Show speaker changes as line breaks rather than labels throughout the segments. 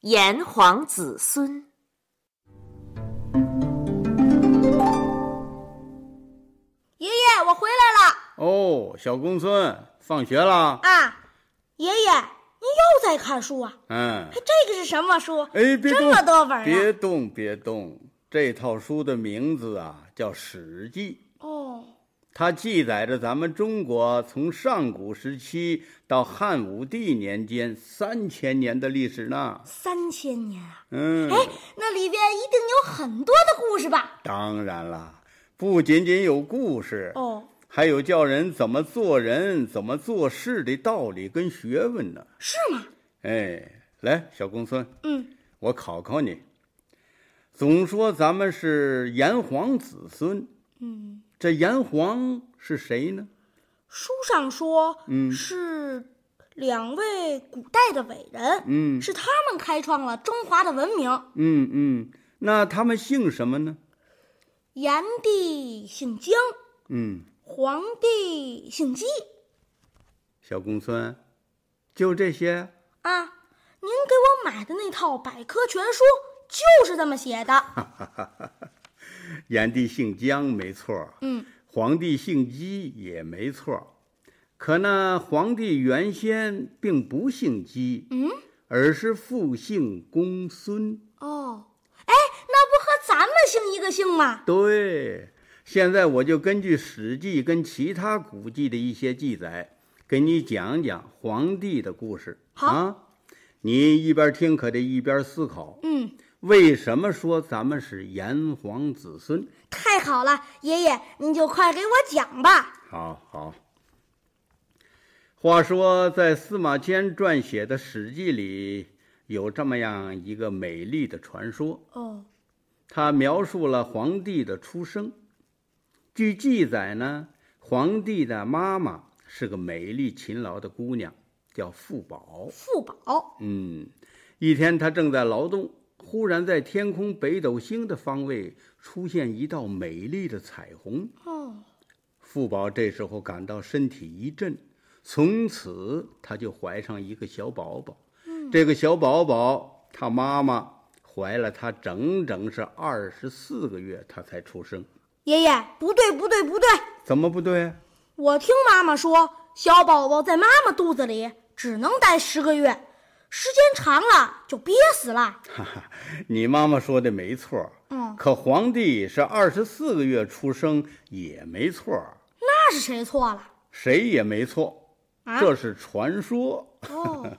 炎黄子孙。
爷爷，我回来了
哦，小公孙，放学了？
啊！爷爷，您又在看书啊？
嗯
哎，，这个是什么书？
哎，别
这
动，
么多本儿
别
啊！
动，别动。这套书的名字啊，叫《史记》。
哦，
它记载着咱们中国从上古时期到汉武帝年间三千年的历史呢。
三千年啊！
嗯，
哎，那里边一定有很多的故事吧？
当然啦，不仅仅有故事，
哦，
还有教人怎么做人、怎么做事的道理跟学问呢。
是吗？
哎，来，小公孙，
嗯，
我考考你。总说咱们是炎黄子孙，
嗯，
这炎黄是谁呢？
书上说，嗯，是两位古代的伟人，
嗯
是他们开创了中华的文明。
嗯嗯，那他们姓什么呢？
炎帝姓姜，
嗯，
黄帝姓姬
小公孙，就这些。
啊。您给我买的那套百科全书就是这么写的。
炎帝姓姜没错，
嗯，
皇帝姓姬也没错，可那皇帝原先并不姓姬，嗯，而是复姓公孙。
哦，哎，那不和咱们姓一个姓吗？
对，现在我就根据《史记》跟其他古迹的一些记载，给你讲讲皇帝的故事。
好
啊，你一边听可得一边思考，
嗯，
为什么说咱们是炎黄子孙？
太好了，爷爷，您就快给我讲吧。
好好。话说，在司马迁撰写的《史记》里，有这么样一个美丽的传说，
哦，
它描述了皇帝的出生。据记载呢，皇帝的妈妈是个美丽勤劳的姑娘，叫富宝。
富宝，
嗯，一天她正在劳动，忽然在天空北斗星的方位出现一道美丽的彩虹。
哦，
富宝这时候感到身体一震，从此他就怀上一个小宝宝。这个小宝宝，他妈妈怀了他整整是二十四个月，他才出生。
爷爷，不对，不对，不对，
怎么不对？啊
我听妈妈说，小宝宝在妈妈肚子里只能待十个月，时间长了就憋死了。
哈哈，你妈妈说的没错儿。
嗯
可皇帝是二十四个月出生，也没错儿，
那是谁错了？
谁也没错。
啊
这是传说。
哦，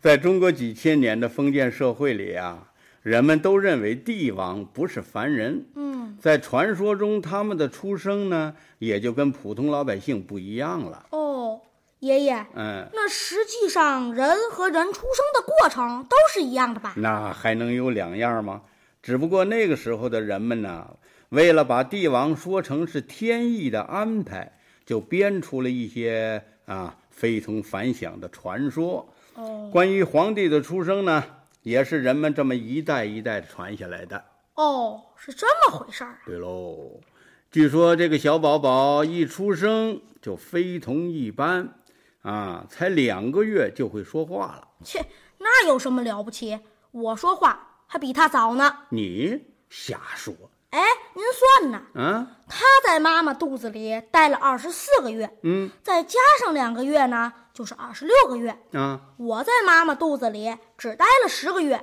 在中国几千年的封建社会里啊，人们都认为帝王不是凡人。
嗯，
在传说中，他们的出生呢，也就跟普通老百姓不一样了。
哦，爷爷，
嗯，
那实际上人和人出生的过程都是一样的吧？
那还能有两样吗？只不过那个时候的人们呢，为了把帝王说成是天意的安排，就编出了一些啊非同凡响的传说。
哦，
关于皇帝的出生呢，也是人们这么一代一代传下来的。
哦，是这么回事儿。
对喽，据说这个小宝宝一出生就非同一般，啊，才两个月就会说话了。
切，那有什么了不起？我说话还比他早呢。
你瞎说
哎，您算呢？
啊？
他在妈妈肚子里待了二十四个月，
嗯
再加上两个月呢，就是二十六个月。
啊，
我在妈妈肚子里只待了十个月，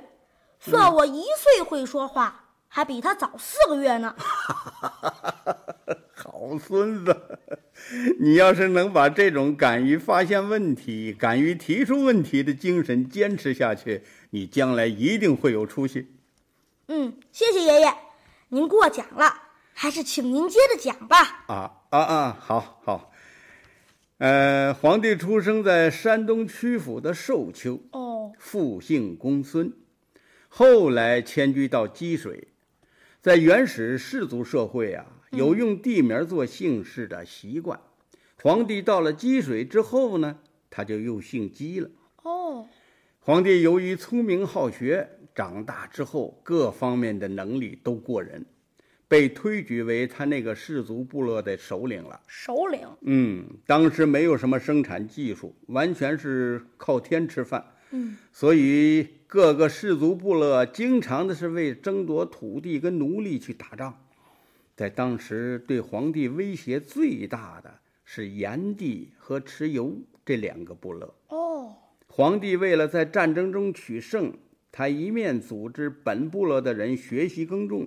算我一岁会说话，还比他早四个月呢。
好孙子！ 你要是能把这种敢于发现问题、敢于提出问题的精神坚持下去，你将来一定会有出息。
嗯，谢谢爷爷，您过奖了，还是请您接着讲吧。
啊啊啊！好好。呃，皇帝出生在山东曲阜的寿丘。
哦，
复姓公孙，后来迁居到积水。在原始氏族社会啊，有用地名做姓氏的习惯。皇帝到了积水之后呢，他就又姓姬了。
哦，
皇帝由于聪明好学，长大之后各方面的能力都过人，被推举为他那个氏族部落的首领了。
首领，
嗯，当时没有什么生产技术，完全是靠天吃饭。
嗯，
所以各个氏族部落经常的是为争夺土地跟奴隶去打仗。在当时，对皇帝威胁最大的是炎帝和蚩尤这两个部落。
哦，
皇帝为了在战争中取胜，他一面组织本部落的人学习耕种，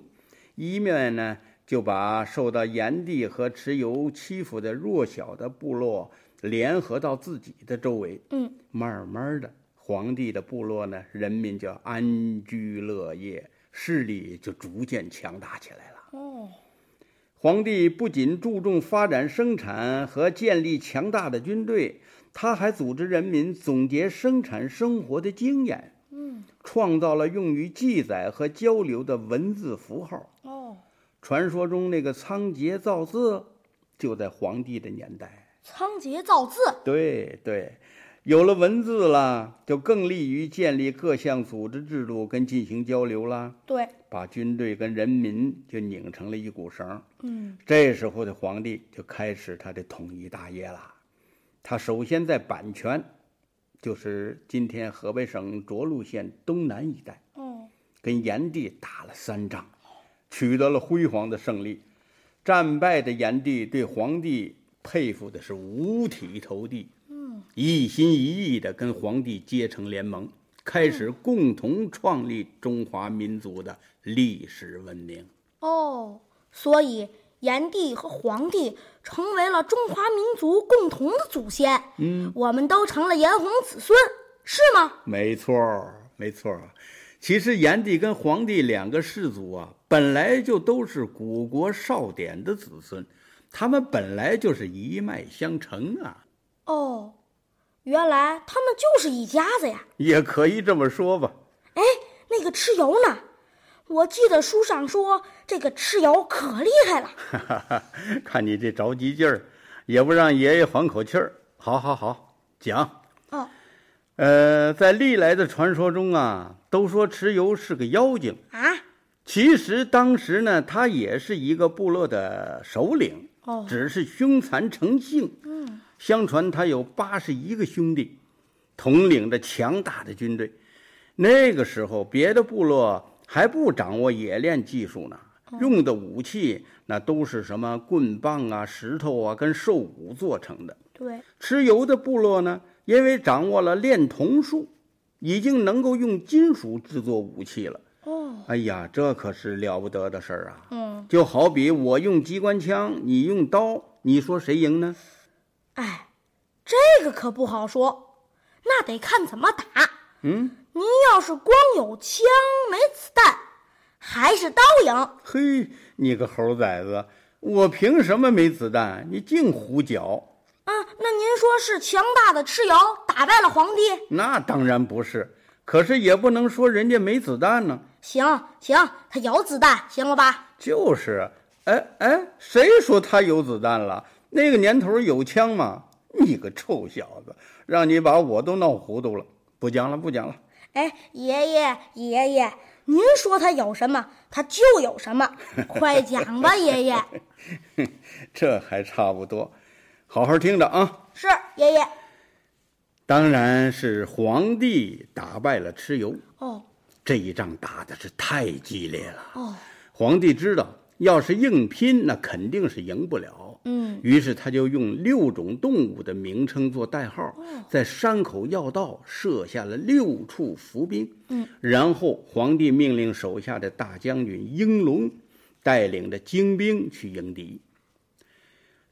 一面呢就把受到炎帝和蚩尤欺负的弱小的部落联合到自己的周围。
嗯，
慢慢的，皇帝的部落呢，人民就安居乐业，势力就逐渐强大起来了。
哦，
皇帝不仅注重发展生产和建立强大的军队，他还组织人民总结生产生活的经验，
嗯，
创造了用于记载和交流的文字符号。
哦，
传说中那个仓颉造字，就在皇帝的年代。
仓颉造字，
对对，有了文字了，就更利于建立各项组织制度跟进行交流啦，
对，
把军队跟人民就拧成了一股绳儿。
嗯，
这时候的皇帝就开始他的统一大业了。他首先在阪泉，就是今天河北省涿鹿县东南一带，
哦，
跟炎帝打了三仗，取得了辉煌的胜利。战败的炎帝对皇帝佩服的是五体投地，嗯，一心一意的跟皇帝结成联盟，开始共同创立中华民族的历史文明。
哦，所以炎帝和黄帝成为了中华民族共同的祖先。嗯，我们都成了炎黄子孙，是吗？
没错儿，没错儿。啊其实炎帝跟黄帝两个氏族啊，本来就都是古国少典的子孙，他们本来就是一脉相承啊，
哦，原来他们就是一家子呀。
也可以这么说吧。
哎，那个蚩尤呢？我记得书上说这个蚩尤可厉害了。
哈哈哈，看你这着急劲儿，也不让爷爷缓口气儿。好好好，讲。
哦，
呃，在历来的传说中啊，都说蚩尤是个妖精，
啊，
其实当时呢，他也是一个部落的首领，
哦
只是凶残成性。嗯，相传他有八十一个兄弟，统领着强大的军队。那个时候，别的部落还不掌握冶炼技术呢，用的武器那都是什么棍棒啊、石头啊，跟兽骨做成的。
对，
蚩尤的部落呢，因为掌握了炼铜术，已经能够用金属制作武器了。
哦，
哎呀，这可是了不得的事儿啊！
嗯，
就好比我用机关枪，你用刀，你说谁赢呢？
哎，这个可不好说，那得看怎么打。
嗯，
您要是光有枪没子弹，还是刀赢。
嘿，你个猴崽子，我凭什么没子弹？你净胡搅！
嗯，那您说是强大的蚩尤打败了皇帝？
那当然不是，可是也不能说人家没子弹呢。
行行，他有子弹，行了吧？
就是，哎哎，谁说他有子弹了？那个年头有枪吗？你个臭小子，让你把我都闹糊涂了！不讲了，不讲了。
哎，爷爷爷爷，您说他有什么，他就有什么，快讲吧，爷爷。
这还差不多，好好听着啊。
是爷爷。
当然是皇帝打败了蚩尤，
哦
这一仗打的是太激烈了。
哦，
皇帝知道，要是硬拼，那肯定是赢不了。
嗯，
于是他就用六种动物的名称做代号，
哦
在山口要道设下了六处伏兵。
嗯，
然后皇帝命令手下的大将军英龙带领着精兵去迎敌。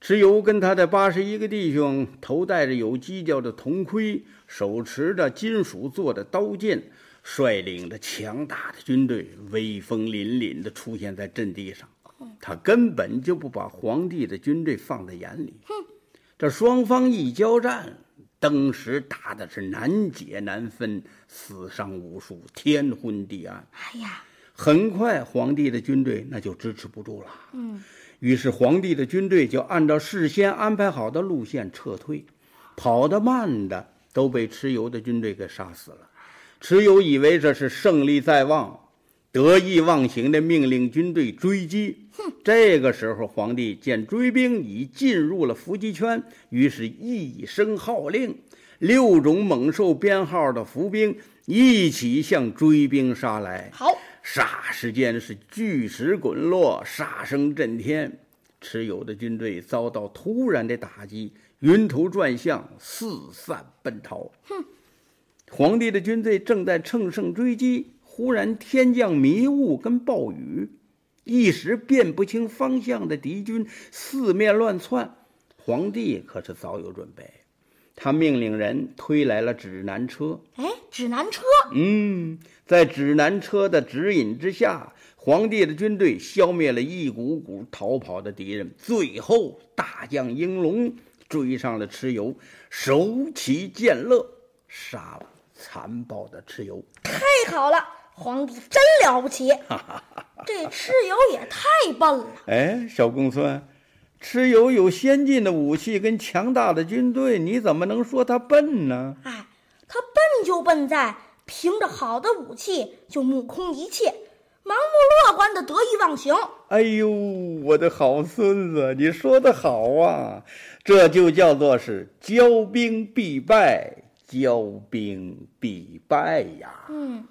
蚩尤跟他的八十一个弟兄，头戴着有犄角的铜盔，手持着金属做的刀剑，率领着强大的军队，威风凛凛地出现在阵地上。他根本就不把皇帝的军队放在眼里。这双方一交战，当时打的是难解难分，死伤无数，天昏地暗。
哎呀，
很快，皇帝的军队那就支持不住了。嗯，于是皇帝的军队就按照事先安排好的路线撤退，跑得慢的都被蚩尤的军队给杀死了。蚩尤以为这是胜利在望，得意忘形的命令军队追击。这个时候，皇帝见追兵已进入了伏击圈，于是一声号令，六种猛兽编号的伏兵一起向追兵杀来。
好，
霎时间是巨石滚落，杀声震天。持有的军队遭到突然的打击，晕头转向，四散奔逃。
哼！
皇帝的军队正在乘胜追击，忽然天降迷雾跟暴雨，一时辨不清方向的敌军四面乱窜。皇帝可是早有准备，他命令人推来了指南车。
哎，指南车，
嗯，在指南车的指引之下，皇帝的军队消灭了一股股逃跑的敌人。最后，大将应龙追上了蚩尤，手起剑落，杀了残暴的蚩尤。
太好了，皇帝真了不起，这蚩尤也太笨了。
哎，小公孙，蚩尤有先进的武器跟强大的军队，你怎么能说他笨呢？
哎，他笨就笨在凭着好的武器就目空一切，盲目乐观的得意忘形。
哎呦，我的好孙子，你说的好啊！这就叫做是骄兵必败，骄兵必败呀。
嗯，